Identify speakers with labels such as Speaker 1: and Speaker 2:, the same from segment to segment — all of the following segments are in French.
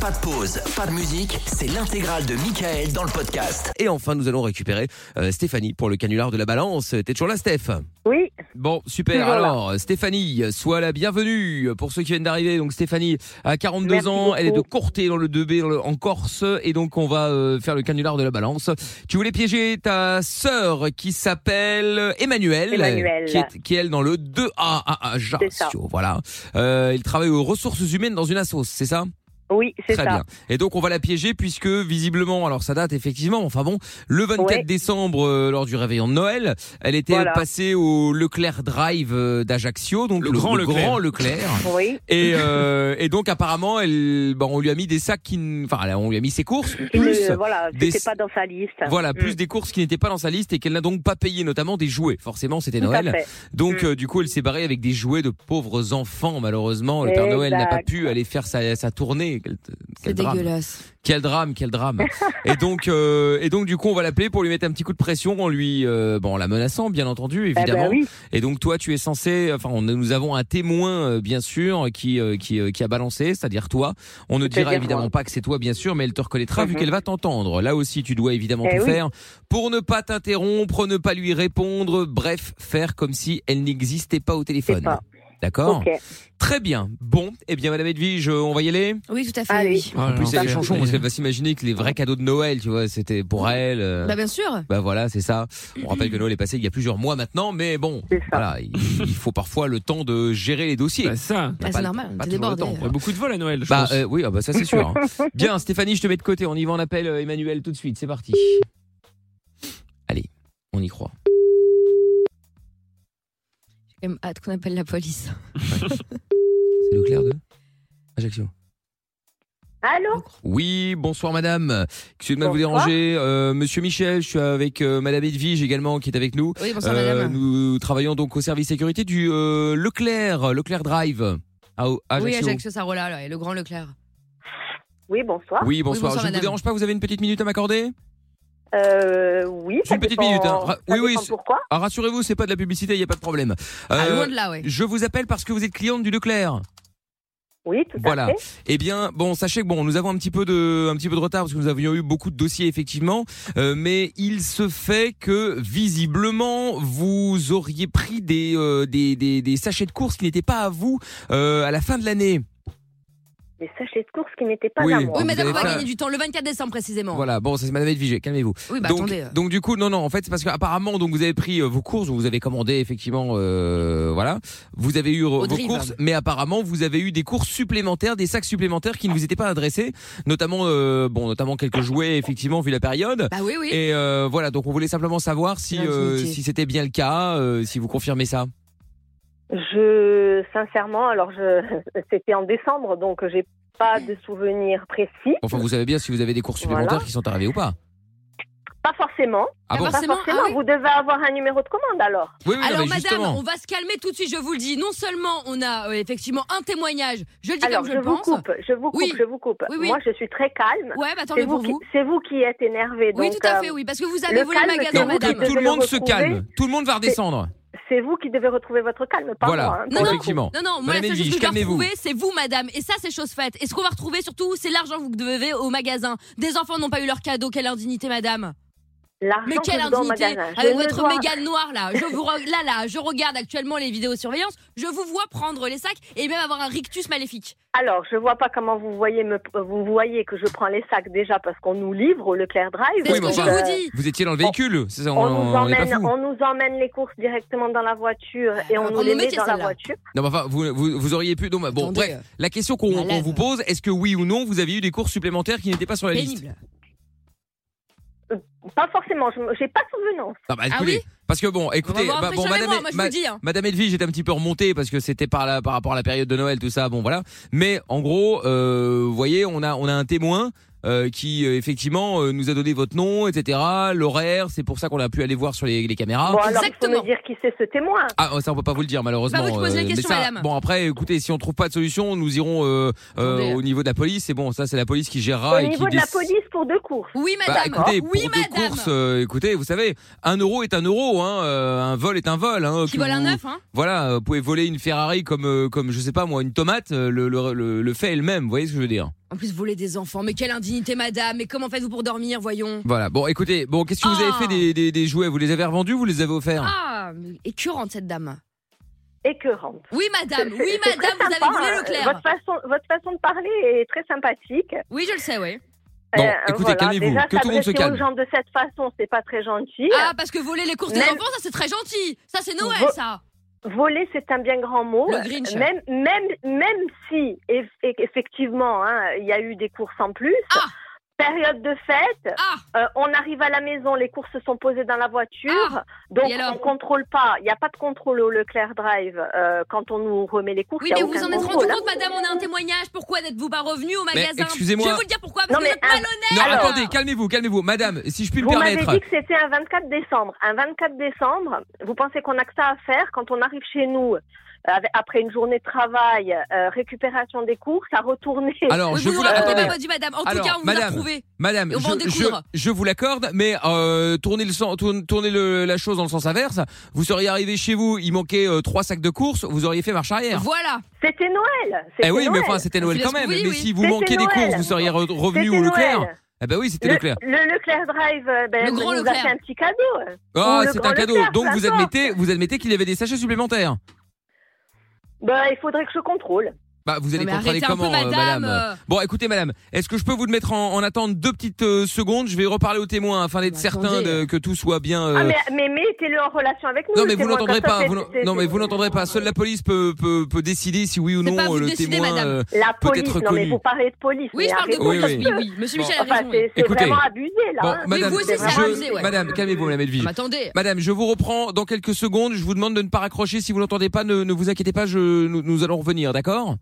Speaker 1: Pas de pause, pas de musique, c'est l'intégrale de Michael dans le podcast.
Speaker 2: Et enfin, nous allons récupérer euh, Stéphanie pour le canular de la balance. T'es toujours là, Steph
Speaker 3: Oui,
Speaker 2: Bon, super.
Speaker 3: Toujours là.
Speaker 2: Alors, Stéphanie, sois la bienvenue pour ceux qui viennent d'arriver. Donc, Stéphanie a 42
Speaker 3: Merci
Speaker 2: ans, elle est de
Speaker 3: beaucoup.
Speaker 2: Courté dans le 2B dans le- en Corse. Et donc, on va euh, faire le canular de la balance. Tu voulais piéger ta sœur qui s'appelle Emmanuelle,
Speaker 3: Emmanuelle.
Speaker 2: Qui, est, qui est, elle, dans le 2A à
Speaker 3: C'est ça.
Speaker 2: Ajaccio. Voilà. Euh, elle travaille aux ressources humaines dans une assoce, c'est ça
Speaker 3: oui, c'est
Speaker 2: Très
Speaker 3: ça.
Speaker 2: bien. Et donc on va la piéger puisque visiblement, alors ça date effectivement, enfin bon, le 24
Speaker 3: Ouais.
Speaker 2: décembre euh, lors du réveillon de Noël, elle était
Speaker 3: Voilà.
Speaker 2: passée au Leclerc Drive euh, d'Ajaccio, donc
Speaker 4: Le grand Leclerc.
Speaker 2: grand Leclerc.
Speaker 3: Oui,
Speaker 2: Et, euh, et donc apparemment, elle, bah, on lui a mis des sacs qui, n- enfin on lui a mis ses courses
Speaker 3: qui ne-
Speaker 2: plus.
Speaker 3: voilà,
Speaker 2: des-
Speaker 3: c'était pas dans sa liste.
Speaker 2: Voilà,
Speaker 3: euh, Mm,
Speaker 2: plus des courses qui n'étaient pas dans sa liste et qu'elle n'a donc pas payé, notamment des jouets. Forcément, c'était
Speaker 3: tout à
Speaker 2: Noël.
Speaker 3: fait.
Speaker 2: Donc
Speaker 3: Mm.
Speaker 2: euh, du coup, elle s'est barrée avec des jouets de pauvres enfants. Malheureusement, le Père Noël n'a pas
Speaker 3: Exact.
Speaker 2: pu aller faire sa, sa tournée. Quel,
Speaker 5: C'est
Speaker 2: quel drame.
Speaker 5: dégueulasse.
Speaker 2: Quel drame, quel drame. et donc, euh, et donc du coup, on va l'appeler pour lui mettre un petit coup de pression en lui, euh, bon, en la menaçant, bien entendu,
Speaker 3: Eh ben
Speaker 2: évidemment.
Speaker 3: oui,
Speaker 2: Et donc toi, tu es censé, enfin, on, nous avons un témoin, euh, bien sûr, qui euh, qui, euh, qui a balancé, c'est-à-dire toi. On ne dira
Speaker 3: C'est-à-dire
Speaker 2: évidemment
Speaker 3: moi.
Speaker 2: pas que c'est toi, bien sûr, mais elle te reconnaîtra vu
Speaker 3: Mhm.
Speaker 2: qu'elle va t'entendre. Là aussi, tu dois évidemment
Speaker 3: Eh
Speaker 2: tout
Speaker 3: oui.
Speaker 2: faire pour ne pas t'interrompre, ne pas lui répondre, bref, faire comme si elle n'existait pas au
Speaker 3: c'est
Speaker 2: téléphone.
Speaker 3: pas.
Speaker 2: D'accord.
Speaker 3: Ok.
Speaker 2: Très bien. Bon, eh bien, Madame Edwige, euh, on va y aller.
Speaker 5: Oui, tout à fait.
Speaker 3: Allez.
Speaker 5: Ah oui.
Speaker 6: Ah,
Speaker 2: En plus, elle est chanchon parce
Speaker 4: que
Speaker 2: qu'elle
Speaker 6: Bah,
Speaker 2: va s'imaginer que les vrais cadeaux de Noël, tu vois, c'était pour elle. euh,
Speaker 5: Bah bien sûr.
Speaker 2: Bah voilà, c'est ça. On rappelle que Noël est passé il y a plusieurs mois maintenant, mais bon,
Speaker 3: C'est ça.
Speaker 2: voilà, il il faut parfois le temps de gérer les dossiers.
Speaker 4: Bah ça,
Speaker 2: On n'a
Speaker 5: Ah,
Speaker 2: pas
Speaker 5: c'est
Speaker 2: le-
Speaker 5: normal,
Speaker 2: pas toujours
Speaker 5: t'es
Speaker 2: le
Speaker 5: débordé.
Speaker 2: temps,
Speaker 4: il
Speaker 2: quoi.
Speaker 4: y a beaucoup de vols à Noël, je
Speaker 2: Bah
Speaker 4: pense.
Speaker 2: euh, oui, ah bah ça c'est sûr. hein. Bien, Stéphanie, je te mets de côté. On y va, on appelle euh, Emmanuel tout de suite. C'est parti. Allez, on y croit.
Speaker 5: J'ai quand même hâte qu'on appelle la police.
Speaker 2: C'est Leclerc de Ajaccio.
Speaker 3: Allô
Speaker 2: Oui, bonsoir madame. Excusez-moi de vous
Speaker 3: Bonsoir.
Speaker 2: déranger. Euh, Monsieur Michel, je suis avec euh, madame Edwige également qui est avec nous.
Speaker 5: Oui, bonsoir
Speaker 2: Euh,
Speaker 5: madame.
Speaker 2: Nous travaillons donc au service sécurité du euh, Leclerc, Leclerc Drive. À, à
Speaker 5: Oui,
Speaker 2: Ajaccio.
Speaker 5: Ajaccio Sarola, là, et le grand Leclerc.
Speaker 3: Oui, bonsoir.
Speaker 2: Oui, bonsoir.
Speaker 5: bonsoir,
Speaker 2: je ne vous
Speaker 5: madame.
Speaker 2: dérange pas, vous avez une petite minute à m'accorder
Speaker 3: Euh, oui,
Speaker 2: Juste
Speaker 3: ça
Speaker 2: une petite
Speaker 3: dépend-
Speaker 2: minute, hein. Ra-
Speaker 3: ça
Speaker 2: oui, oui,
Speaker 3: dépend
Speaker 2: c'est-
Speaker 3: Pourquoi
Speaker 2: ah, Rassurez-vous, c'est pas de la publicité, il n'y a pas de problème.
Speaker 5: Ah,
Speaker 2: Euh,
Speaker 5: loin de là, ouais.
Speaker 2: je vous appelle parce que vous êtes cliente du Leclerc.
Speaker 3: Oui, tout
Speaker 2: Voilà.
Speaker 3: à fait.
Speaker 2: Eh bien, bon, sachez que bon, nous avons un petit peu de, un petit peu de retard parce que nous avions eu beaucoup de dossiers effectivement, Euh, mais il se fait que visiblement vous auriez pris des, euh, des, des, des sachets de courses qui n'étaient pas à vous euh, à la fin de l'année.
Speaker 3: Les sachets de course qui n'étaient pas
Speaker 2: Oui.
Speaker 3: à moi.
Speaker 5: Oui, madame, on
Speaker 2: avez
Speaker 5: va
Speaker 2: fait un-
Speaker 5: gagner du temps le 24 décembre précisément.
Speaker 2: Voilà, bon, ça c'est Madame Edwige, calmez-vous.
Speaker 5: Oui, bah
Speaker 2: donc,
Speaker 5: attendez. euh,
Speaker 2: donc du coup, non, non, en fait, c'est parce qu'apparemment, donc vous avez pris euh, vos courses, vous avez commandé effectivement, euh, voilà, vous avez eu euh, vos
Speaker 5: drive.
Speaker 2: courses, mais apparemment vous avez eu des courses supplémentaires, des sacs supplémentaires qui ne vous étaient pas adressés, notamment, euh, bon, notamment quelques jouets effectivement vu la période.
Speaker 5: Bah oui, oui.
Speaker 2: Et euh, voilà, donc on voulait simplement savoir si euh,
Speaker 5: L'intimité.
Speaker 2: si c'était bien le cas, euh, si vous confirmez ça.
Speaker 3: Je, sincèrement, alors je, c'était en décembre, donc j'ai pas de souvenirs précis.
Speaker 2: Enfin, vous savez bien si vous avez des courses supplémentaires
Speaker 3: Voilà.
Speaker 2: qui sont arrivées ou pas.
Speaker 3: Pas forcément.
Speaker 2: Ah bon
Speaker 3: Pas
Speaker 5: Forcément,
Speaker 3: forcément.
Speaker 5: ah oui.
Speaker 3: Vous devez avoir un numéro de commande alors.
Speaker 2: Oui, oui, non,
Speaker 5: Alors
Speaker 2: mais
Speaker 5: madame,
Speaker 2: justement.
Speaker 5: on va se calmer tout de suite, je vous le dis. Non seulement on a euh, effectivement un témoignage, je le dis
Speaker 3: alors
Speaker 5: comme je,
Speaker 3: je
Speaker 5: le
Speaker 3: vous
Speaker 5: pense.
Speaker 3: coupe, je vous coupe,
Speaker 5: Oui.
Speaker 3: je vous coupe.
Speaker 5: Oui, oui.
Speaker 3: Moi, je suis très calme.
Speaker 5: Ouais, bah tant
Speaker 3: C'est
Speaker 5: mieux pour
Speaker 3: qui-
Speaker 5: vous.
Speaker 3: C'est vous qui êtes énervé.
Speaker 5: oui,
Speaker 3: donc,
Speaker 5: tout à
Speaker 3: euh,
Speaker 5: fait, oui, parce que vous avez
Speaker 3: le
Speaker 5: volé le
Speaker 3: calme
Speaker 5: magasin,
Speaker 3: que vous
Speaker 2: Donc,
Speaker 5: madame.
Speaker 3: devez
Speaker 2: tout le monde se
Speaker 3: retrouver.
Speaker 2: calme, tout le monde va redescendre.
Speaker 3: C'est vous qui devez retrouver votre calme, pas
Speaker 2: Voilà.
Speaker 3: moi. hein.
Speaker 5: Non, non,
Speaker 2: Effectivement.
Speaker 5: Non, non, moi,
Speaker 2: Madame
Speaker 5: la seule
Speaker 2: Edwige,
Speaker 5: chose que je vais
Speaker 2: calmez-vous.
Speaker 5: retrouver, c'est vous, madame. Et ça, c'est chose faite. Et ce qu'on va retrouver surtout, c'est l'argent que vous devez au magasin. Des enfants n'ont pas eu leur cadeau. Quelle indignité, madame.
Speaker 3: L'argent
Speaker 5: Mais
Speaker 3: que
Speaker 5: quelle
Speaker 3: je dois au
Speaker 5: indignité.
Speaker 3: magasin, je
Speaker 5: Avec
Speaker 3: ne
Speaker 5: votre
Speaker 3: dois-
Speaker 5: mégane noire, là. Je vous re- là, là, je regarde actuellement les vidéosurveillances. Je vous vois prendre les sacs et même avoir un rictus maléfique.
Speaker 3: Alors, je vois pas comment vous voyez, me... vous voyez que je prends les sacs déjà parce qu'on nous livre au Leclerc Drive.
Speaker 5: C'est
Speaker 2: Oui,
Speaker 5: ce que
Speaker 2: mais
Speaker 5: je
Speaker 2: enfin,
Speaker 3: Euh,
Speaker 5: vous dis.
Speaker 2: Vous étiez dans le véhicule, c'est ça, on,
Speaker 3: On, nous
Speaker 2: on est pas
Speaker 3: emmène,
Speaker 2: fous.
Speaker 3: on nous emmène les courses directement dans la voiture et on
Speaker 5: Dans
Speaker 3: nous
Speaker 5: mon
Speaker 3: les met
Speaker 5: métier,
Speaker 3: dans la
Speaker 5: celle-là.
Speaker 3: voiture.
Speaker 2: Non, mais enfin, vous, vous, vous auriez pu. Non, mais bon,
Speaker 5: Attendez,
Speaker 2: bref.
Speaker 5: euh,
Speaker 2: La question qu'on
Speaker 5: malade.
Speaker 2: qu'on vous pose, est-ce que oui ou non, vous avez eu des courses supplémentaires qui n'étaient pas sur la liste
Speaker 5: Pénible.
Speaker 3: Pas forcément, je- j'ai pas souvenance.
Speaker 2: Non, bah,
Speaker 5: Ah
Speaker 2: écoutez,
Speaker 5: oui
Speaker 2: Parce que bon,
Speaker 5: On va
Speaker 2: écoutez,
Speaker 5: voir
Speaker 2: bah,
Speaker 5: après
Speaker 2: bon,
Speaker 5: sur les
Speaker 2: madame,
Speaker 5: mois, moi, je vous
Speaker 2: ma-
Speaker 5: le dis. hein.
Speaker 2: madame Edwige était un petit peu remontée parce que c'était par, la- par rapport à la période de Noël, tout ça, bon voilà. Mais en gros, euh, vous voyez, on a, on a un témoin. euh, qui euh, effectivement euh, nous a donné votre nom, etc. L'horaire, c'est pour ça qu'on a pu aller voir sur les, les caméras.
Speaker 3: bon, alors, il faut
Speaker 5: exactement.
Speaker 3: me dire qui c'est ce témoin.
Speaker 2: Ah, ça on peut pas vous le dire malheureusement. euh,
Speaker 5: Bah, vous posez la
Speaker 2: mais
Speaker 5: question,
Speaker 2: ça,
Speaker 5: madame.
Speaker 2: Bon après, écoutez, si on trouve pas de solution, nous irons euh, euh,
Speaker 5: Attendez.
Speaker 2: au niveau de la police. Et bon, ça c'est la police qui
Speaker 3: Au
Speaker 2: gérera Ah, et qui
Speaker 3: niveau de la
Speaker 2: déc-
Speaker 3: police pour deux courses.
Speaker 5: Oui,
Speaker 2: Bah,
Speaker 5: madame.
Speaker 2: écoutez, pour
Speaker 5: oui,
Speaker 2: deux
Speaker 5: madame.
Speaker 2: courses, euh, écoutez, vous savez, un euro est un euro, hein, euh, un vol est un vol. Hein,
Speaker 5: Qui
Speaker 2: que
Speaker 5: vole un
Speaker 2: vous-
Speaker 5: œuf, hein.
Speaker 2: Voilà, euh, vous pouvez voler une Ferrari comme, euh, comme je sais pas moi, une tomate, euh, le, le, le, le fait est le même, vous voyez ce que je veux dire
Speaker 5: En plus, voler des enfants. Mais quelle indignité, madame. Mais comment faites-vous pour dormir, voyons
Speaker 2: Voilà. Bon, écoutez, bon, qu'est-ce que vous avez
Speaker 5: Ah.
Speaker 2: fait des, des, des jouets Vous les avez revendus ou Vous les avez offerts
Speaker 5: Ah, mais écœurante, cette dame.
Speaker 3: Écœurante.
Speaker 5: Oui, madame.
Speaker 3: C'est-
Speaker 5: Ah, Oui,
Speaker 3: c'est- c'est
Speaker 5: madame,
Speaker 3: très
Speaker 5: vous avez
Speaker 3: sympa,
Speaker 5: voulu
Speaker 3: hein.
Speaker 5: le clair.
Speaker 3: Votre façon, votre façon de parler est très sympathique.
Speaker 5: Oui, je le sais, oui.
Speaker 2: Bon, écoutez, calmez-vous.
Speaker 3: Euh, Déjà,
Speaker 2: Que tout le monde se
Speaker 3: s'adresser
Speaker 2: calme.
Speaker 3: aux gens de cette façon, c'est pas très gentil.
Speaker 5: Ah, parce que voler les courses des
Speaker 3: Même-
Speaker 5: enfants, ça c'est très gentil. Ça c'est Noël,
Speaker 3: Vo-
Speaker 5: ça.
Speaker 3: Voler, c'est un bien grand mot.
Speaker 5: Le Grinch.
Speaker 3: Même, même, même si, eff- effectivement, hein, il y a eu des courses en plus.
Speaker 5: Ah.
Speaker 3: Période de fête,
Speaker 5: Ah,
Speaker 3: euh, on arrive à la maison, les courses sont posées dans la voiture,
Speaker 5: Ah.
Speaker 3: donc
Speaker 5: Et
Speaker 3: on
Speaker 5: alors
Speaker 3: ne contrôle pas. Il n'y a pas de contrôle au Leclerc Drive euh, quand on nous remet les courses. il
Speaker 5: oui,
Speaker 3: y a
Speaker 5: mais vous
Speaker 3: aucun
Speaker 5: en êtes rendu
Speaker 3: contrôle. hein.
Speaker 5: compte, madame, on a un témoignage. Pourquoi n'êtes-vous pas revenu au magasin
Speaker 2: excusez-moi.
Speaker 5: Je vais vous le dire pourquoi, parce
Speaker 3: Non, mais
Speaker 5: que vous êtes
Speaker 3: un-
Speaker 5: malhonnête.
Speaker 2: Non,
Speaker 3: Alors-
Speaker 2: attendez, calmez-vous, calmez-vous, madame. Si je puis me
Speaker 3: Vous m'avez
Speaker 2: permettre.
Speaker 3: dit que c'était un 24 décembre. Un 24 décembre, vous pensez qu'on a que ça à faire quand on arrive chez nous euh, avec- après une journée de travail, euh, récupération des courses, à retourner.
Speaker 2: Alors,
Speaker 5: Oui,
Speaker 2: je
Speaker 5: vous
Speaker 2: vous
Speaker 5: nous
Speaker 3: euh,
Speaker 2: la...
Speaker 5: racontez pas
Speaker 2: attendez,
Speaker 5: votre vie, madame. En tout
Speaker 2: Alors,
Speaker 5: cas, on vous a
Speaker 2: madame.
Speaker 5: retrouvé.
Speaker 2: madame,
Speaker 5: Et on va en
Speaker 2: je, je,
Speaker 5: découdre.
Speaker 2: je vous l'accorde, mais euh, tournez le sens, tourne- tournez le, la chose dans le sens inverse. Vous seriez arrivé chez vous, il manquait euh, trois sacs de courses, vous auriez fait marche arrière.
Speaker 5: Voilà.
Speaker 3: C'était Noël. C'était
Speaker 2: Eh oui, mais
Speaker 3: Noël.
Speaker 2: enfin, c'était Noël
Speaker 5: Ah, C'est
Speaker 2: quand
Speaker 5: ce
Speaker 2: même.
Speaker 5: que vous dites,
Speaker 2: mais
Speaker 5: oui.
Speaker 2: si vous
Speaker 3: C'était
Speaker 2: manquiez des
Speaker 3: Noël.
Speaker 2: courses, vous seriez re- revenu
Speaker 3: C'était
Speaker 2: au Leclerc.
Speaker 3: Noël.
Speaker 2: Eh ben oui, c'était
Speaker 3: Le,
Speaker 2: Leclerc.
Speaker 3: le Leclerc Drive, euh, ben,
Speaker 5: Le grand
Speaker 3: nous a
Speaker 5: Leclerc.
Speaker 3: fait un petit cadeau.
Speaker 2: Ah,
Speaker 3: le
Speaker 2: c'est
Speaker 3: grand
Speaker 2: un cadeau.
Speaker 3: Leclerc,
Speaker 2: Donc
Speaker 3: peu
Speaker 2: vous
Speaker 3: importe.
Speaker 2: admettez, vous admettez qu'il y avait des sachets supplémentaires.
Speaker 3: Ben, il faudrait que je contrôle.
Speaker 2: Bah, vous allez
Speaker 5: Non, mais
Speaker 2: contrôler
Speaker 5: arrêtez un
Speaker 2: comment,
Speaker 5: peu,
Speaker 2: euh,
Speaker 5: madame. euh.
Speaker 2: Bon, écoutez, madame, est-ce que je peux vous mettre en, en attente deux petites euh, secondes Je vais reparler au témoin afin d'être
Speaker 5: Mais
Speaker 2: certain
Speaker 5: Bah, attendez.
Speaker 2: de- que tout soit bien. euh,
Speaker 3: Ah, mais, mais mettez-le en relation avec nous.
Speaker 2: Non
Speaker 3: le
Speaker 2: mais vous
Speaker 3: témoin,
Speaker 2: n'entendrez
Speaker 3: comme ça,
Speaker 2: pas,
Speaker 3: c'est-
Speaker 2: vous n'en-
Speaker 3: c'est-
Speaker 2: non mais vous
Speaker 3: c'est-
Speaker 2: n'entendrez pas. Seule la police peut, peut, peut décider si oui ou
Speaker 5: C'est
Speaker 2: non
Speaker 5: pas à vous
Speaker 2: euh,
Speaker 5: de
Speaker 2: le
Speaker 5: décider,
Speaker 2: témoin.
Speaker 5: madame.
Speaker 3: La
Speaker 2: peut
Speaker 3: police,
Speaker 2: être
Speaker 3: non mais
Speaker 2: connu.
Speaker 3: vous parlez de police. mais
Speaker 5: Oui, je parle de
Speaker 3: arrêtez.
Speaker 5: police.
Speaker 2: oui,
Speaker 5: Oui, oui. Monsieur Michel a
Speaker 3: Enfin,
Speaker 5: raison. oui.
Speaker 3: c'est c'est
Speaker 2: Écoutez.
Speaker 3: vraiment abusé là.
Speaker 2: Bon,
Speaker 3: hein.
Speaker 2: madame,
Speaker 5: vous aussi, c'est
Speaker 2: je-
Speaker 5: abusé, ouais.
Speaker 2: madame, calmez-vous, madame Edwige.
Speaker 5: Mais attendez.
Speaker 2: Madame, je vous reprends dans quelques secondes. Je vous demande de ne pas raccrocher. Si vous n'entendez pas, ne, ne vous inquiétez pas. Je, nous, nous allons revenir, d'accord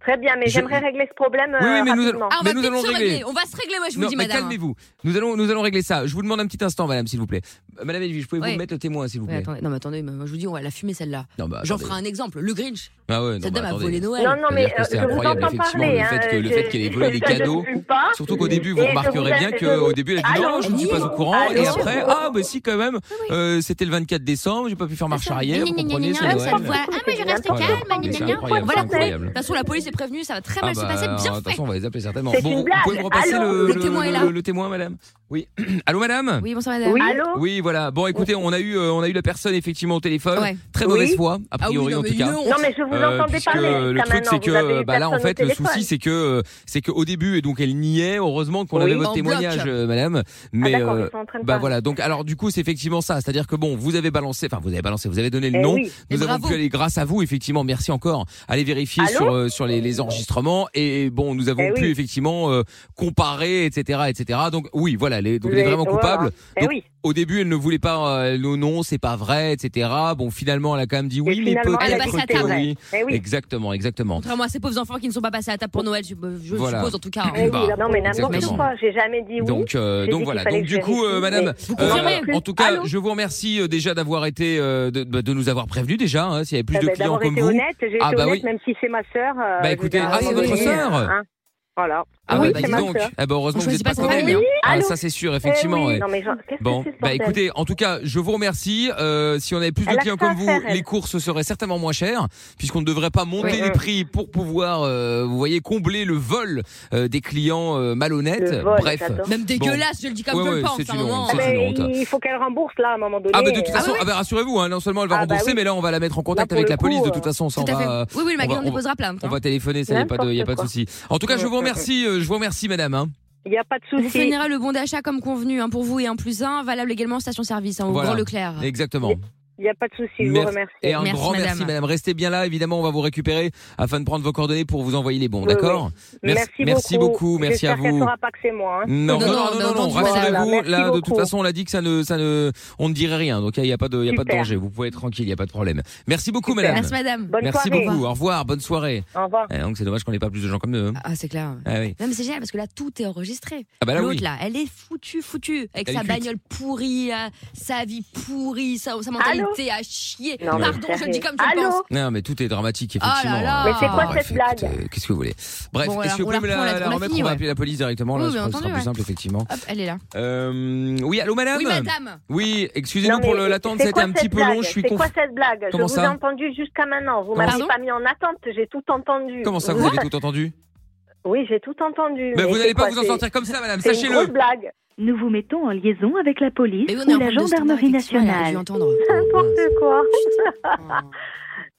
Speaker 3: Très bien, mais
Speaker 2: Je-
Speaker 3: j'aimerais régler ce problème
Speaker 2: Oui, oui,
Speaker 3: euh,
Speaker 2: mais nous
Speaker 3: rapidement.
Speaker 2: allons-
Speaker 5: Ah, on
Speaker 2: Mais
Speaker 5: va
Speaker 2: nous
Speaker 5: vite
Speaker 2: allons
Speaker 5: se
Speaker 2: régler.
Speaker 5: régler. On va se régler, moi, je vous
Speaker 2: Non,
Speaker 5: dis,
Speaker 2: mais
Speaker 5: madame. hein.
Speaker 2: calmez-vous. Nous allons, nous allons régler ça. Je vous demande un petit instant, madame, s'il vous plaît. Euh, Madame Edwige, pouvez-vous
Speaker 5: Oui.
Speaker 2: me mettre le témoin, s'il vous
Speaker 5: Oui,
Speaker 2: plaît
Speaker 5: attendez. Non, mais attendez, mais moi, je vous dis, on va la fumer celle-là.
Speaker 2: Non, bah,
Speaker 5: J'en
Speaker 2: attendez.
Speaker 5: ferai un exemple. Le Grinch.
Speaker 2: Ah ouais, non,
Speaker 5: Cette
Speaker 2: bah,
Speaker 5: dame a
Speaker 2: attendez.
Speaker 5: volé Noël.
Speaker 3: Non, non, mais
Speaker 2: C'est-à-dire que
Speaker 3: euh,
Speaker 2: c'est
Speaker 3: je vous
Speaker 2: incroyable,
Speaker 3: entends
Speaker 2: effectivement,
Speaker 3: parler.
Speaker 2: le fait que-
Speaker 3: hein,
Speaker 2: le fait
Speaker 3: je-
Speaker 2: qu'elle ait volé des
Speaker 3: je- je ne
Speaker 2: cadeaux.
Speaker 3: fume pas.
Speaker 2: Surtout qu'au début, vous
Speaker 3: Et je
Speaker 2: remarquerez
Speaker 3: vous
Speaker 2: bien
Speaker 3: assure-
Speaker 2: qu'au début, elle a dit
Speaker 3: Allô
Speaker 2: non, je ne suis pas au courant. et
Speaker 3: Allô
Speaker 2: après, ah, bah si, quand même, euh, c'était le 24 décembre, j'ai pas pu faire marche arrière. Vous comprenez, c'est Noël.
Speaker 4: Ah, moi je reste
Speaker 2: Voilà.
Speaker 4: calme,
Speaker 2: Mais c'est
Speaker 4: gna gna gna.
Speaker 2: incroyable, c'est
Speaker 5: Voilà. De
Speaker 2: incroyable.
Speaker 5: toute façon, la police est prévenue, ça va très
Speaker 2: Ah
Speaker 5: mal se
Speaker 2: bah,
Speaker 5: passer.
Speaker 2: alors,
Speaker 5: Bien fait.
Speaker 2: attention, on va les appeler certainement.
Speaker 3: C'est
Speaker 2: Bon,
Speaker 3: une
Speaker 2: vous
Speaker 3: blague.
Speaker 2: pouvez me repasser
Speaker 3: Allô
Speaker 2: le,
Speaker 5: Le témoin est là.
Speaker 2: le- le témoin, madame Oui. Allô, madame
Speaker 5: Oui, bonsoir, madame.
Speaker 4: Oui.
Speaker 3: Allô
Speaker 2: Oui, voilà. Bon, écoutez, on a eu, euh, on a eu la personne effectivement au téléphone.
Speaker 5: Ah Ouais.
Speaker 2: Très mauvaise
Speaker 3: Oui.
Speaker 2: foi, a
Speaker 5: Ah oui,
Speaker 2: priori
Speaker 5: non,
Speaker 2: en
Speaker 5: mais
Speaker 2: tout cas.
Speaker 5: une honte.
Speaker 3: Non, mais je vous
Speaker 2: Euh,
Speaker 3: entendais
Speaker 2: puisque
Speaker 3: parler.
Speaker 2: le
Speaker 3: jusqu'à
Speaker 2: truc
Speaker 3: maintenant.
Speaker 2: c'est
Speaker 3: Vous
Speaker 2: que
Speaker 3: avez eu
Speaker 2: euh, bah, là en
Speaker 3: personne au
Speaker 2: fait le
Speaker 3: téléphone.
Speaker 2: souci c'est que euh, c'est que au début et donc elle niait heureusement qu'on
Speaker 3: Oui.
Speaker 2: avait votre
Speaker 5: En
Speaker 2: témoignage
Speaker 5: bloc.
Speaker 2: euh, madame
Speaker 3: Ah,
Speaker 2: mais
Speaker 3: d'accord,
Speaker 2: euh,
Speaker 3: ils sont en train de
Speaker 2: bah
Speaker 3: parler.
Speaker 2: voilà donc alors du coup c'est effectivement ça c'est à dire que bon vous avez balancé enfin vous avez balancé vous avez donné le
Speaker 3: Eh
Speaker 2: nom
Speaker 3: oui.
Speaker 5: Et
Speaker 2: nous avons
Speaker 5: bravo.
Speaker 2: pu aller grâce à vous effectivement merci encore aller vérifier
Speaker 3: Allô
Speaker 2: sur euh, sur les, les enregistrements et bon nous avons
Speaker 3: Eh
Speaker 2: pu
Speaker 3: oui.
Speaker 2: effectivement euh, comparer etc etc donc oui voilà les, donc elle est
Speaker 3: Oui,
Speaker 2: vraiment
Speaker 3: voilà.
Speaker 2: coupable
Speaker 3: Eh
Speaker 2: Donc,
Speaker 3: oui.
Speaker 2: au début elle ne voulait pas euh, non non c'est pas vrai etc bon finalement elle a quand même dit oui mais
Speaker 3: finalement,
Speaker 5: elle a
Speaker 2: peut-être
Speaker 5: passé à
Speaker 2: que
Speaker 5: table.
Speaker 2: oui
Speaker 3: Eh oui.
Speaker 2: exactement exactement
Speaker 5: Contrairement à ces pauvres enfants qui ne sont pas passés à table pour Noël, je, je
Speaker 2: Voilà.
Speaker 5: suppose en tout cas.
Speaker 3: Eh oui,
Speaker 2: bah,
Speaker 3: non, mais n'importe
Speaker 2: exactement.
Speaker 3: quoi. J'ai jamais dit oui.
Speaker 2: Donc, euh,
Speaker 3: J'ai
Speaker 2: donc
Speaker 3: dit
Speaker 2: voilà.
Speaker 3: qu'il fallait
Speaker 2: Donc du
Speaker 3: que je
Speaker 2: coup, euh,
Speaker 3: vérifie,
Speaker 2: madame,
Speaker 3: mais- Vous
Speaker 5: confirmez
Speaker 2: en tout cas,
Speaker 5: Allô
Speaker 2: je vous remercie euh, déjà d'avoir été, euh, de, bah, de nous avoir prévenus déjà. hein, S'il y avait plus
Speaker 3: Eh
Speaker 2: de
Speaker 3: ben,
Speaker 2: clients
Speaker 3: D'avoir
Speaker 2: comme
Speaker 3: été
Speaker 2: vous.
Speaker 3: honnête, j'ai
Speaker 2: Ah,
Speaker 3: été
Speaker 2: bah
Speaker 3: honnête,
Speaker 2: oui.
Speaker 3: même si c'est ma sœur. euh,
Speaker 2: Bah
Speaker 3: je
Speaker 2: écoutez,
Speaker 3: veux dire,
Speaker 2: ah,
Speaker 3: euh,
Speaker 5: c'est votre
Speaker 3: oui,
Speaker 2: sœur
Speaker 3: hein. Voilà.
Speaker 2: Ah
Speaker 5: Ah
Speaker 2: ouais,
Speaker 5: oui,
Speaker 2: bah
Speaker 3: c'est
Speaker 2: dis
Speaker 3: ma
Speaker 2: donc.
Speaker 3: sœur.
Speaker 2: Ah bah heureusement
Speaker 5: On
Speaker 2: que vous n'êtes
Speaker 5: choisit
Speaker 2: pas
Speaker 5: pas sa
Speaker 2: comme elle.
Speaker 5: famille.
Speaker 2: Ah,
Speaker 3: Allô
Speaker 2: ça c'est sûr,
Speaker 3: Eh
Speaker 2: effectivement.
Speaker 3: oui,
Speaker 2: ouais.
Speaker 3: Non, mais genre, qu'est-ce
Speaker 2: Bon,
Speaker 3: que c'est ce
Speaker 2: bah
Speaker 3: bordel
Speaker 2: écoutez, en tout cas, je vous remercie. Euh, si on avait plus
Speaker 3: Elle
Speaker 2: de
Speaker 3: a
Speaker 2: clients
Speaker 3: que ça
Speaker 2: comme
Speaker 3: à
Speaker 2: vous,
Speaker 3: faire, elle.
Speaker 2: les courses seraient certainement moins chères, puisqu'on ne devrait pas monter
Speaker 3: Oui.
Speaker 2: les prix pour pouvoir, euh, vous voyez, combler le vol euh, des clients euh, malhonnêtes.
Speaker 3: Le vol,
Speaker 2: Bref.
Speaker 3: j'adore.
Speaker 5: Même dégueulasse, je le dis comme
Speaker 2: Ouais,
Speaker 5: je
Speaker 2: ouais,
Speaker 5: le pense. hein,
Speaker 2: c'est
Speaker 5: à un
Speaker 2: une honte,
Speaker 5: moment.
Speaker 2: c'est
Speaker 3: Ah,
Speaker 2: une
Speaker 3: mais
Speaker 2: honte.
Speaker 3: Il faut qu'elle rembourse là à un moment donné.
Speaker 2: Ah bah de toute
Speaker 3: euh,
Speaker 2: façon, ah bah, rassurez-vous, hein, non seulement elle va
Speaker 3: Ah bah
Speaker 2: rembourser,
Speaker 3: oui.
Speaker 2: mais là on va la mettre en contact
Speaker 3: Là, pour
Speaker 2: avec
Speaker 3: le
Speaker 2: la police.
Speaker 3: coup,
Speaker 2: de toute
Speaker 3: euh,
Speaker 2: façon, ça
Speaker 5: Tout
Speaker 2: on
Speaker 5: à fait.
Speaker 2: va,
Speaker 5: Oui, oui, le magasin
Speaker 2: on va-
Speaker 5: déposera plainte.
Speaker 2: on
Speaker 5: hein.
Speaker 2: va téléphoner, ça y a pas de, y a pas de
Speaker 3: N'importe
Speaker 2: souci. En tout cas, je vous remercie, euh, je vous remercie, madame. hein.
Speaker 3: Il n'y a pas de
Speaker 5: On vous
Speaker 3: souci.
Speaker 5: finira le bon d'achat comme convenu hein, pour vous et un plus un, valable également en station-service hein, au
Speaker 2: Voilà.
Speaker 5: Grand Leclerc.
Speaker 3: Ah.
Speaker 2: Exactement.
Speaker 3: Il n'y a pas de souci. Je vous
Speaker 2: Merci.
Speaker 3: remercie.
Speaker 2: Et un
Speaker 5: Merci,
Speaker 2: grand merci, madame.
Speaker 5: madame.
Speaker 2: Restez bien là, évidemment, on va vous récupérer afin de prendre vos coordonnées pour vous envoyer les bons,
Speaker 3: Oui,
Speaker 2: d'accord
Speaker 3: Merci,
Speaker 2: merci beaucoup, merci à
Speaker 3: J'espère qu'elle
Speaker 2: vous.
Speaker 3: saura pas que c'est moi. hein.
Speaker 2: Non, non,
Speaker 5: Non, non,
Speaker 2: non,
Speaker 5: non,
Speaker 2: non,
Speaker 5: non,
Speaker 2: non,
Speaker 5: non,
Speaker 2: rassurez-vous,
Speaker 3: voilà,
Speaker 2: là,
Speaker 3: merci
Speaker 2: de toute
Speaker 3: beaucoup.
Speaker 2: façon, on l'a dit que ça ne, ça ne, on ne dirait rien, donc il n'y a pas de, il y a pas de
Speaker 3: Super.
Speaker 2: danger, vous pouvez être tranquille, il n'y a pas de problème. Merci beaucoup,
Speaker 3: Super.
Speaker 2: madame.
Speaker 5: Merci madame.
Speaker 3: Bonne
Speaker 2: Merci
Speaker 3: soirée.
Speaker 2: beaucoup, au revoir, bonne soirée.
Speaker 3: Au revoir.
Speaker 2: Eh, donc c'est dommage qu'on n'ait pas plus de gens comme nous. hein.
Speaker 5: Ah c'est clair.
Speaker 2: Ah oui.
Speaker 5: Non mais c'est génial parce que là tout est enregistré.
Speaker 2: Ah bah là
Speaker 5: L'autre
Speaker 2: oui.
Speaker 5: là, elle est foutue, foutue avec
Speaker 2: Elle est
Speaker 5: sa
Speaker 2: cuite.
Speaker 5: bagnole pourrie, euh, sa vie pourrie, sa, sa mentalité à chier.
Speaker 3: Non, mais
Speaker 5: Pardon, je le
Speaker 3: sérieux.
Speaker 5: dis comme je le
Speaker 3: Allô
Speaker 5: pense.
Speaker 2: Non, mais tout est dramatique,
Speaker 5: là
Speaker 2: effectivement.
Speaker 5: là. Mais c'est
Speaker 2: Bon,
Speaker 5: quoi
Speaker 2: bref,
Speaker 3: cette blague
Speaker 2: écoutez, Qu'est-ce que vous voulez Bref,
Speaker 5: Bon,
Speaker 2: est-ce que vous
Speaker 5: on
Speaker 2: pouvez
Speaker 5: la
Speaker 2: me la,
Speaker 5: reprend, on la-
Speaker 2: la
Speaker 5: on la
Speaker 2: remettre
Speaker 5: fini,
Speaker 2: On va
Speaker 5: ouais.
Speaker 2: appeler la police directement, là,
Speaker 5: Oui,
Speaker 2: je
Speaker 5: bien
Speaker 2: pense que ce sera
Speaker 5: entendu,
Speaker 2: plus
Speaker 5: ouais.
Speaker 2: simple, effectivement.
Speaker 5: Hop, elle est là.
Speaker 2: Euh, oui, allô, madame
Speaker 5: Oui madame.
Speaker 2: Oui, excusez-nous
Speaker 3: Non,
Speaker 2: pour
Speaker 3: mais
Speaker 2: le- l'attente,
Speaker 3: c'est
Speaker 2: c'était
Speaker 3: quoi
Speaker 2: un petit
Speaker 3: cette
Speaker 2: peu long,
Speaker 3: blague
Speaker 2: je suis
Speaker 3: C'est quoi
Speaker 2: conf-
Speaker 3: cette blague Je
Speaker 2: Comment
Speaker 3: vous
Speaker 2: ça
Speaker 3: ai entendu jusqu'à maintenant. Vous
Speaker 2: Comment
Speaker 3: m'avez
Speaker 5: ça
Speaker 3: pas mis en attente, j'ai tout entendu.
Speaker 2: Comment ça, vous avez tout entendu
Speaker 3: Oui, j'ai tout entendu.
Speaker 2: Mais Bah, vous
Speaker 3: c'est
Speaker 2: n'allez pas
Speaker 3: quoi,
Speaker 2: vous en
Speaker 3: c'est-
Speaker 2: sortir comme ça, madame,
Speaker 3: C'est une grosse
Speaker 2: sachez-le.
Speaker 3: blague.
Speaker 4: Nous vous mettons en liaison avec la police
Speaker 5: Mais oui, on est
Speaker 4: ou
Speaker 5: en
Speaker 4: la
Speaker 5: groupe de standard,
Speaker 4: gendarmerie
Speaker 5: effectivement, elle a dû
Speaker 4: nationale.
Speaker 5: entendre.
Speaker 3: N'importe quoi.
Speaker 5: Ah.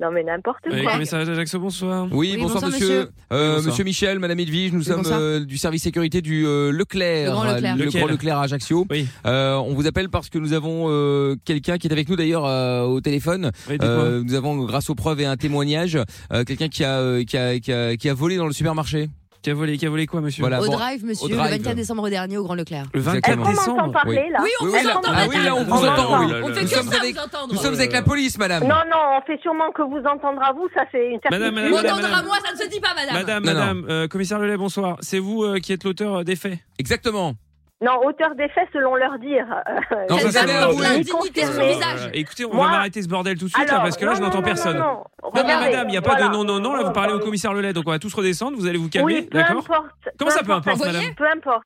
Speaker 3: Non, mais n'importe
Speaker 6: Avec
Speaker 3: quoi.
Speaker 6: un message d'Ajaccio, bonsoir.
Speaker 2: Oui,
Speaker 5: Oui,
Speaker 2: bonsoir,
Speaker 5: bonsoir,
Speaker 2: monsieur.
Speaker 5: monsieur.
Speaker 2: Euh,
Speaker 6: Bonsoir.
Speaker 2: monsieur Michel, madame Edwige, nous
Speaker 5: Oui,
Speaker 2: sommes
Speaker 5: bonsoir.
Speaker 2: euh, du service sécurité du euh, Leclerc.
Speaker 5: Le Grand Leclerc.
Speaker 2: Le
Speaker 6: Lequel
Speaker 2: Grand Leclerc à Ajaccio.
Speaker 6: Oui.
Speaker 2: Euh, on vous appelle parce que nous avons euh, quelqu'un qui est avec nous d'ailleurs euh, au téléphone.
Speaker 6: Oui, dites-moi.
Speaker 2: Euh, nous avons, grâce aux preuves et à un témoignage, euh, quelqu'un qui a, euh, qui, a, qui, a, qui a volé dans le supermarché.
Speaker 6: Qui a volé, qui a volé quoi, monsieur
Speaker 2: Voilà.
Speaker 5: Au
Speaker 2: bon,
Speaker 5: drive, monsieur,
Speaker 2: au
Speaker 5: le
Speaker 2: drive.
Speaker 5: 24 décembre dernier au Grand Leclerc.
Speaker 6: Le 24
Speaker 3: Est-ce qu'on
Speaker 2: Exactement.
Speaker 6: décembre.
Speaker 3: m'entend parler, là
Speaker 5: Oui, on
Speaker 2: Oui,
Speaker 5: vous
Speaker 2: oui, là-
Speaker 5: entend.
Speaker 2: ah oui, là, on vous
Speaker 3: On
Speaker 2: entend.
Speaker 3: m'entend.
Speaker 2: oui.
Speaker 5: On fait
Speaker 2: Nous
Speaker 5: que
Speaker 2: sommes
Speaker 5: ça,
Speaker 2: avec-
Speaker 5: vous entendre.
Speaker 2: Nous sommes avec la police, madame.
Speaker 3: Non, non, on fait sûrement que vous entendre à vous, ça c'est une certitude.
Speaker 6: Madame,
Speaker 5: Vous
Speaker 6: madame,
Speaker 5: entendre à moi, ça ne se dit pas, madame.
Speaker 6: Madame,
Speaker 2: Non, non.
Speaker 6: madame, euh, commissaire Lelay, bonsoir. C'est vous euh, qui êtes l'auteur euh, des faits
Speaker 2: Exactement.
Speaker 3: Non, hauteur des faits selon leur dire. Euh,
Speaker 2: Non,
Speaker 5: Elle
Speaker 2: ça,
Speaker 5: va
Speaker 2: c'est
Speaker 5: porter
Speaker 2: avoué.
Speaker 5: l'indignité sur le
Speaker 3: Mais-
Speaker 5: visage.
Speaker 6: Euh, Écoutez, on
Speaker 3: Moi-
Speaker 6: va arrêter ce bordel tout de suite, là, parce que là,
Speaker 3: non,
Speaker 6: je
Speaker 3: non,
Speaker 6: n'entends
Speaker 3: non,
Speaker 6: personne.
Speaker 3: Non, non.
Speaker 6: Non, mais
Speaker 3: Regardez,
Speaker 6: madame, il n'y a pas
Speaker 3: voilà.
Speaker 6: de non, non, non. Là, vous parlez au commissaire Lelay, donc on va tous redescendre. Vous allez vous calmer,
Speaker 3: Oui, peu
Speaker 6: d'accord
Speaker 3: importe.
Speaker 6: Comment ça, peu importe,
Speaker 3: madame
Speaker 6: madame
Speaker 3: Peu importe.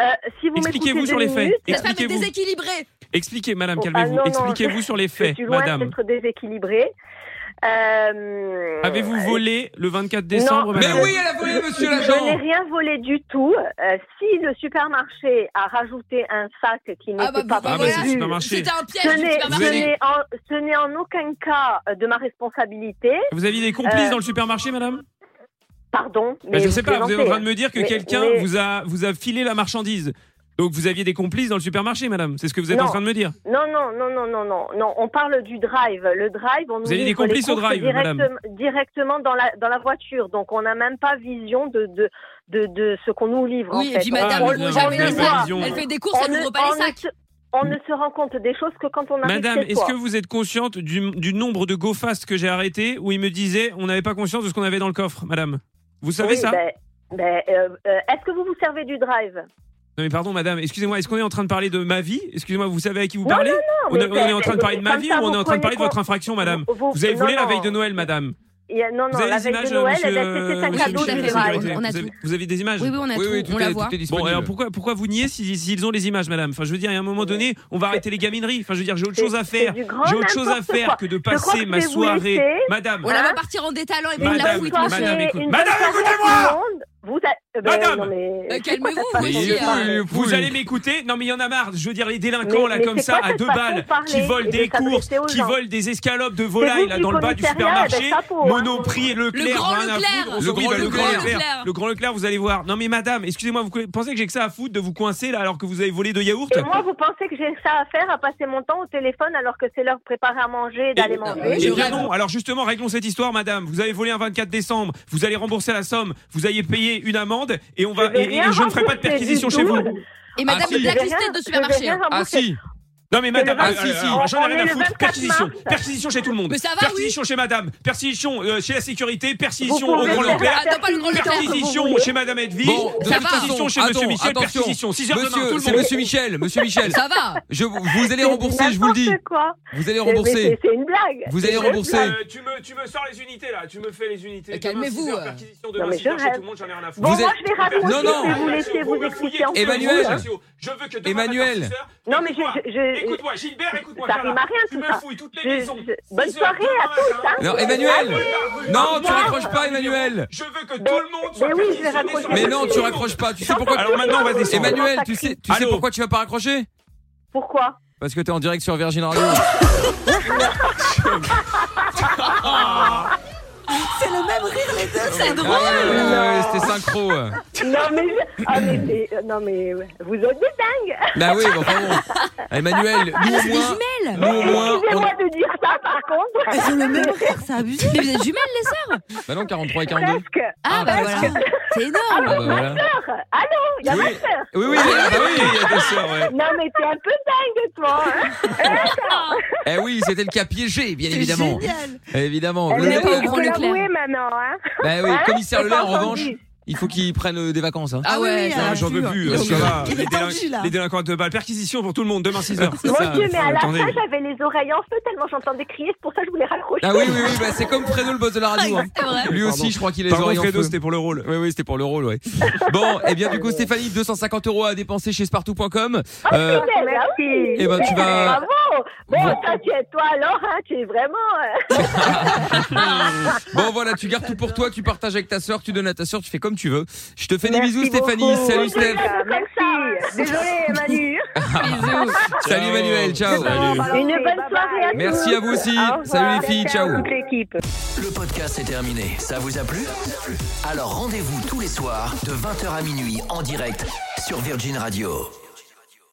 Speaker 3: Euh, si vous
Speaker 6: Expliquez-vous
Speaker 3: m'écoutez
Speaker 6: sur
Speaker 3: deux
Speaker 6: les faits.
Speaker 3: minutes,
Speaker 5: Cette femme est
Speaker 6: Expliquez-vous.
Speaker 5: déséquilibrée.
Speaker 6: Expliquez, madame,
Speaker 3: Oh, ah,
Speaker 6: calmez-vous.
Speaker 3: non, non,
Speaker 6: Expliquez-vous sur les
Speaker 3: Je
Speaker 6: faits,
Speaker 3: suis loin
Speaker 6: madame.
Speaker 3: d'être déséquilibrée. Euh,
Speaker 6: Avez-vous volé le 24 décembre,
Speaker 3: Non.
Speaker 2: Mais
Speaker 6: madame
Speaker 2: oui, elle a volé, monsieur
Speaker 3: Je n'ai
Speaker 2: l'agent.
Speaker 3: rien volé du tout. Euh, si le supermarché a rajouté un sac qui n'était
Speaker 5: Ah bah,
Speaker 3: pas euh,
Speaker 5: bah,
Speaker 6: Ah,
Speaker 5: voilà.
Speaker 6: bah, c'est le
Speaker 3: prévu,
Speaker 6: supermarché.
Speaker 5: C'était un
Speaker 3: ce
Speaker 5: piège du
Speaker 3: n'est-
Speaker 5: supermarché.
Speaker 3: ce n'est en- ce n'est en, aucun cas de ma responsabilité.
Speaker 6: Vous aviez des complices
Speaker 3: Euh,
Speaker 6: dans le supermarché, madame
Speaker 3: Pardon, mais
Speaker 6: Bah, Je ne sais pas, vous êtes en train de
Speaker 3: plaisantez.
Speaker 6: me dire que
Speaker 3: Mais-
Speaker 6: quelqu'un
Speaker 3: mais-
Speaker 6: vous, a, vous a filé la marchandise. Donc vous aviez des complices dans le supermarché, madame. C'est ce que vous êtes
Speaker 3: Non.
Speaker 6: en train de me dire.
Speaker 3: Non, non, non, non, non, non, non. On parle du drive. Le drive, on nous
Speaker 6: Vous avez des
Speaker 3: livre les
Speaker 6: complices au
Speaker 3: courses
Speaker 6: drive,
Speaker 3: directem-
Speaker 6: madame.
Speaker 3: directement dans la dans la voiture. Donc on n'a même pas vision de de de, de ce qu'on nous livre. en
Speaker 5: Oui, et
Speaker 3: fait.
Speaker 5: puis
Speaker 3: On-
Speaker 5: madame,
Speaker 3: on-
Speaker 6: Ah,
Speaker 5: elle
Speaker 3: on
Speaker 5: ouvre
Speaker 6: mais non,
Speaker 5: jamais
Speaker 6: mais
Speaker 5: les
Speaker 3: le
Speaker 6: la
Speaker 5: sacs.
Speaker 3: voit.
Speaker 6: vision.
Speaker 5: Elle fait des courses, elle
Speaker 3: ne-
Speaker 5: n'ouvre pas les
Speaker 3: ne
Speaker 5: sacs.
Speaker 3: se- on ne se rend compte des choses que quand on arrive
Speaker 6: Madame,
Speaker 3: chez
Speaker 6: est-ce
Speaker 3: soi.
Speaker 6: que vous êtes consciente du, du nombre de go fast que j'ai arrêté où il me disait on n'avait pas conscience de ce qu'on avait dans le coffre, madame Vous savez
Speaker 3: Oui,
Speaker 6: ça
Speaker 3: ben, ben, euh, euh, Est-ce que vous vous servez du drive
Speaker 6: Non mais pardon, madame, excusez-moi, est-ce qu'on est en train de parler de ma vie Excusez-moi, vous savez à qui vous
Speaker 3: Non,
Speaker 6: parlez
Speaker 3: Non,
Speaker 6: on,
Speaker 3: mais
Speaker 6: est- on est en
Speaker 3: c'est-
Speaker 6: train de parler de ma
Speaker 3: comme
Speaker 6: vie ou
Speaker 3: ça,
Speaker 6: on est
Speaker 3: vous
Speaker 6: en train de
Speaker 3: prenez
Speaker 6: parler de votre
Speaker 3: con-
Speaker 6: infraction, madame
Speaker 3: Vous,
Speaker 6: Vous avez
Speaker 3: non,
Speaker 6: volé la
Speaker 3: non.
Speaker 6: veille de Noël, madame.
Speaker 3: Il y a- Non, non,
Speaker 6: vous avez
Speaker 3: la
Speaker 6: les
Speaker 3: veille
Speaker 6: images, euh,
Speaker 3: de Noël,
Speaker 6: monsieur,
Speaker 3: elle a- c'était un
Speaker 6: monsieur
Speaker 3: cadeau
Speaker 5: de
Speaker 6: Michel de la
Speaker 5: Ferrari.
Speaker 6: Sécurité
Speaker 5: On a
Speaker 6: Vous avez-
Speaker 5: tout.
Speaker 6: Vous aviez des images
Speaker 5: Oui, euh, oui, on a
Speaker 2: Oui, oui,
Speaker 5: tout,
Speaker 2: tout
Speaker 5: on
Speaker 2: est,
Speaker 5: la voit.
Speaker 2: tout est disponible.
Speaker 6: Bon, alors pourquoi, pourquoi vous niez si- s'ils ont les images, madame Enfin, je veux dire, il y a un moment donné, on va arrêter les gamineries. Enfin, je veux dire, j'ai autre chose à faire. J'ai autre chose à faire que de
Speaker 3: crois
Speaker 6: passer
Speaker 3: que je
Speaker 6: ma
Speaker 3: vais vous
Speaker 6: soirée.
Speaker 3: laisser.
Speaker 6: Madame,
Speaker 5: On la va partir en détalant et prendre la
Speaker 6: Madame,
Speaker 5: fuite,
Speaker 6: madame,
Speaker 5: monsieur.
Speaker 6: écoute- Madame,
Speaker 3: Madame, écoutez-moi Vous a- ben,
Speaker 6: Madame
Speaker 3: non, mais-
Speaker 5: Euh,
Speaker 3: c'est quoi
Speaker 5: calmez-vous,
Speaker 3: cette
Speaker 5: vous
Speaker 3: façon
Speaker 5: aussi,
Speaker 3: de
Speaker 5: euh,
Speaker 3: parler
Speaker 6: vous allez m'écouter Non, mais il y en a marre. Je veux dire, les délinquants,
Speaker 3: Mais-
Speaker 6: là,
Speaker 3: mais
Speaker 6: comme
Speaker 3: c'est
Speaker 6: ça,
Speaker 3: quoi
Speaker 6: à
Speaker 3: cette
Speaker 6: deux
Speaker 3: façon
Speaker 6: balles,
Speaker 3: de parler
Speaker 6: qui volent
Speaker 3: et de
Speaker 6: des
Speaker 3: s'adresser
Speaker 6: courses,
Speaker 3: aux
Speaker 6: qui
Speaker 3: gens
Speaker 6: volent des escalopes de volailles,
Speaker 3: hein vous
Speaker 6: là,
Speaker 3: qui
Speaker 6: dans le bas du
Speaker 3: commissariat avec
Speaker 6: supermarché,
Speaker 3: ta peau, hein.
Speaker 6: Monoprix et Leclerc.
Speaker 5: Le grand
Speaker 6: rien à
Speaker 5: Leclerc.
Speaker 6: foutre. On
Speaker 2: Le
Speaker 6: s'en
Speaker 2: grand
Speaker 6: fout, bah,
Speaker 2: Leclerc.
Speaker 6: Le grand Leclerc, vous allez voir. Non, mais madame, excusez-moi, vous pensez que j'ai que ça à foutre de vous coincer, là, alors que vous avez volé deux yaourts
Speaker 3: Et moi, vous pensez que j'ai ça à faire, à passer mon temps au téléphone alors que c'est l'heure de préparer à manger et d'aller manger
Speaker 6: Eh
Speaker 5: Je
Speaker 6: bien
Speaker 5: rêve.
Speaker 6: non, alors justement, réglons cette histoire, madame. Vous avez volé un 24 décembre, vous allez rembourser la somme, vous allez payer une amende et on va
Speaker 3: vais
Speaker 6: et, et
Speaker 3: rien
Speaker 6: je ne ferai pas de
Speaker 3: rembourser
Speaker 6: perquisition
Speaker 3: du
Speaker 6: chez
Speaker 3: tout.
Speaker 6: vous.
Speaker 5: Et madame
Speaker 2: si.
Speaker 5: blacklisted de
Speaker 3: Je vais
Speaker 5: supermarché.
Speaker 3: rien
Speaker 5: hein.
Speaker 2: Ah
Speaker 3: rembourser.
Speaker 2: si.
Speaker 6: Non mais madame,
Speaker 3: le
Speaker 6: ah,
Speaker 3: 26,
Speaker 6: si, si,
Speaker 3: on-
Speaker 6: j'en
Speaker 3: on
Speaker 6: ai rien
Speaker 3: est
Speaker 6: à
Speaker 3: le
Speaker 6: foutre.
Speaker 3: 24
Speaker 6: Perquisition,
Speaker 3: mars.
Speaker 6: perquisition chez tout le monde.
Speaker 5: Mais ça va,
Speaker 6: perquisition chez madame, perquisition euh, chez la sécurité,
Speaker 3: Vous
Speaker 6: perquisition au
Speaker 3: pouvez
Speaker 6: grand
Speaker 3: faire
Speaker 6: Leclerc.
Speaker 5: Attends, pas le grand
Speaker 3: ce que
Speaker 5: Leclerc.
Speaker 3: vous
Speaker 6: Perquisition
Speaker 3: voulez.
Speaker 6: chez Madame Edwige,
Speaker 2: Bon, de toute
Speaker 6: perquisition
Speaker 2: façon,
Speaker 6: chez Monsieur
Speaker 2: attends,
Speaker 6: Michel,
Speaker 2: attention.
Speaker 6: perquisition 6h demain, tout
Speaker 2: Monsieur,
Speaker 6: le
Speaker 2: c'est
Speaker 6: monde.
Speaker 2: Monsieur Michel, Monsieur Michel.
Speaker 5: Ça va.
Speaker 2: Je vous, vous allez
Speaker 3: C'est
Speaker 2: rembourser, je vous le dis.
Speaker 3: n'importe quoi.
Speaker 2: Vous allez
Speaker 3: Mais- mais
Speaker 2: rembourser.
Speaker 3: c'est- C'est une blague.
Speaker 2: Vous allez rembourser.
Speaker 6: Euh, tu, me, tu me sors les unités là, tu me fais les unités.
Speaker 5: Mais
Speaker 6: Demain,
Speaker 5: calmez-vous,
Speaker 6: 6 heures,
Speaker 5: euh.
Speaker 6: perquisition demain,
Speaker 3: Non, mais
Speaker 6: 6 heures
Speaker 3: je
Speaker 6: chez
Speaker 3: rêve.
Speaker 6: tout le monde, j'en ai rien à foutre.
Speaker 3: Bon,
Speaker 2: Vous
Speaker 3: moi,
Speaker 2: êtes-
Speaker 3: je vais raconter,
Speaker 2: Non, non.
Speaker 3: je vais vous laisser vous expliquer en
Speaker 2: Emmanuel.
Speaker 3: vous, hein.
Speaker 6: Je veux que
Speaker 2: Emmanuel.
Speaker 3: Non, mais je- je- je-
Speaker 6: Écoute-moi, Gilbert, écoute-moi.
Speaker 3: Ça
Speaker 6: Carla.
Speaker 3: rime à rien,
Speaker 6: Tu
Speaker 3: tout
Speaker 6: me
Speaker 3: ça.
Speaker 6: fouilles toutes
Speaker 3: Je-
Speaker 6: les maisons.
Speaker 3: je- bonne
Speaker 6: 6 heures,
Speaker 3: soirée à
Speaker 6: demain
Speaker 3: tous,
Speaker 6: matin.
Speaker 3: hein.
Speaker 2: Non, Emmanuel.
Speaker 6: Rue
Speaker 2: Non, tu
Speaker 6: Arbois.
Speaker 2: raccroches pas, Emmanuel.
Speaker 6: Je veux que
Speaker 3: Mais-
Speaker 6: tout le monde soit
Speaker 3: mais oui, je vais
Speaker 6: perquisitionné
Speaker 3: raccrocher.
Speaker 6: sur
Speaker 2: Mais
Speaker 6: tout
Speaker 2: non,
Speaker 6: le
Speaker 2: tu
Speaker 6: monde.
Speaker 2: raccroches pas. Tu sais pourquoi
Speaker 6: Alors maintenant, on va descendre.
Speaker 2: Emmanuel, tu sais, tu sais
Speaker 6: Allô
Speaker 2: pourquoi tu vas pas raccrocher
Speaker 3: Pourquoi
Speaker 2: Parce que t'es en direct sur Virgin Radio. Ah,
Speaker 7: C'est le même rire les deux.
Speaker 5: C'est
Speaker 2: Ah,
Speaker 5: drôle.
Speaker 2: ouais, ouais, ouais, C'était synchro.
Speaker 3: Non mais, je- ah, mais c'est- euh, non mais ouais. vous êtes des dingues.
Speaker 2: Bah oui, bon, enfin bon. Emmanuel, nous au
Speaker 5: Des
Speaker 2: moins,
Speaker 5: jumelles.
Speaker 2: nous au moins, Ah, on-
Speaker 3: Excusez-moi de dire ça par contre.
Speaker 7: C'est le même rire, c'est abusé.
Speaker 5: Mais vous êtes jumelles, les sœurs
Speaker 2: Bah non, 43 et 42.
Speaker 3: Presque.
Speaker 5: Ah, bah voilà.
Speaker 2: Ah
Speaker 5: C'est énorme.
Speaker 2: bah voilà.
Speaker 3: Allô, il y a
Speaker 2: Oui.
Speaker 3: ma sœur.
Speaker 2: Oui, oui, ah, bah oui.
Speaker 6: il y a des sœurs, ouais.
Speaker 3: Non mais t'es un peu dingue toi. hein.
Speaker 2: Eh oui, c'était le cas piégé, bien
Speaker 7: C'est
Speaker 2: évidemment.
Speaker 7: génial.
Speaker 2: Évidemment.
Speaker 3: Eh
Speaker 2: Le-
Speaker 3: ben
Speaker 5: pas
Speaker 3: oui,
Speaker 5: au
Speaker 3: il
Speaker 5: Grand
Speaker 3: faut
Speaker 5: Leclerc.
Speaker 3: l'avouer maintenant. Hein.
Speaker 2: Bah oui,
Speaker 3: Hein
Speaker 2: commissaire
Speaker 3: T'as
Speaker 2: Lelay, en
Speaker 3: pas
Speaker 2: revanche,
Speaker 3: entendu.
Speaker 2: il faut qu'il prenne euh, des vacances. Hein.
Speaker 5: Ah ouais,
Speaker 7: Ah oui,
Speaker 6: Ah,
Speaker 7: ah,
Speaker 6: J'en veux
Speaker 7: plus,
Speaker 6: plus,
Speaker 7: hein.
Speaker 6: euh,
Speaker 7: Il est
Speaker 6: ça va.
Speaker 7: tendu,
Speaker 6: Les
Speaker 7: tendu,
Speaker 6: délin-
Speaker 7: là.
Speaker 6: les délinquants de balle, perquisition pour tout le monde demain 6h.
Speaker 2: C'est
Speaker 3: Mon
Speaker 2: ça,
Speaker 3: Dieu, mais à la
Speaker 6: attendez.
Speaker 3: fin j'avais les oreilles en feu tellement j'entendais crier, c'est pour ça que je voulais raccrocher.
Speaker 2: Ah oui, oui, oui, bah, c'est comme Fredo, le boss de la radio. hein.
Speaker 5: C'est vrai.
Speaker 2: Lui aussi,
Speaker 6: Pardon.
Speaker 2: je crois qu'il a les
Speaker 6: Pardon,
Speaker 2: oreilles en
Speaker 6: Fredo,
Speaker 2: feu.
Speaker 6: c'était pour le rôle.
Speaker 2: Oui, oui, c'était pour le rôle, ouais. Bon, eh bien, du coup, Stéphanie, 250 euros à dépenser chez spartou.com. Euh,
Speaker 3: Punaise, ah oui.
Speaker 2: Eh ben, tu vas-
Speaker 3: Bravo. Bon,
Speaker 2: Va-
Speaker 3: toi, tu es toi alors, hein, tu es vraiment. euh,
Speaker 2: bon, voilà, tu gardes tout pour toi, tu partages avec ta sœur, tu donnes à ta sœur, tu fais comme tu veux. Je te fais des
Speaker 3: Merci
Speaker 2: bisous, Stéphanie.
Speaker 3: beaucoup.
Speaker 2: Salut, Steph.
Speaker 3: Merci. hein. Désolée, Manu.
Speaker 8: Bisous.
Speaker 2: Salut, Emmanuel. Ciao.
Speaker 4: Une bonne soirée à tous.
Speaker 2: Merci à vous aussi.
Speaker 3: Au revoir.
Speaker 2: Salut, les filles. Ciao.
Speaker 3: Toute l'équipe.
Speaker 1: Le podcast est terminé. Ça vous a plu Alors rendez-vous tous les soirs de 20h à minuit en direct sur Virgin Radio.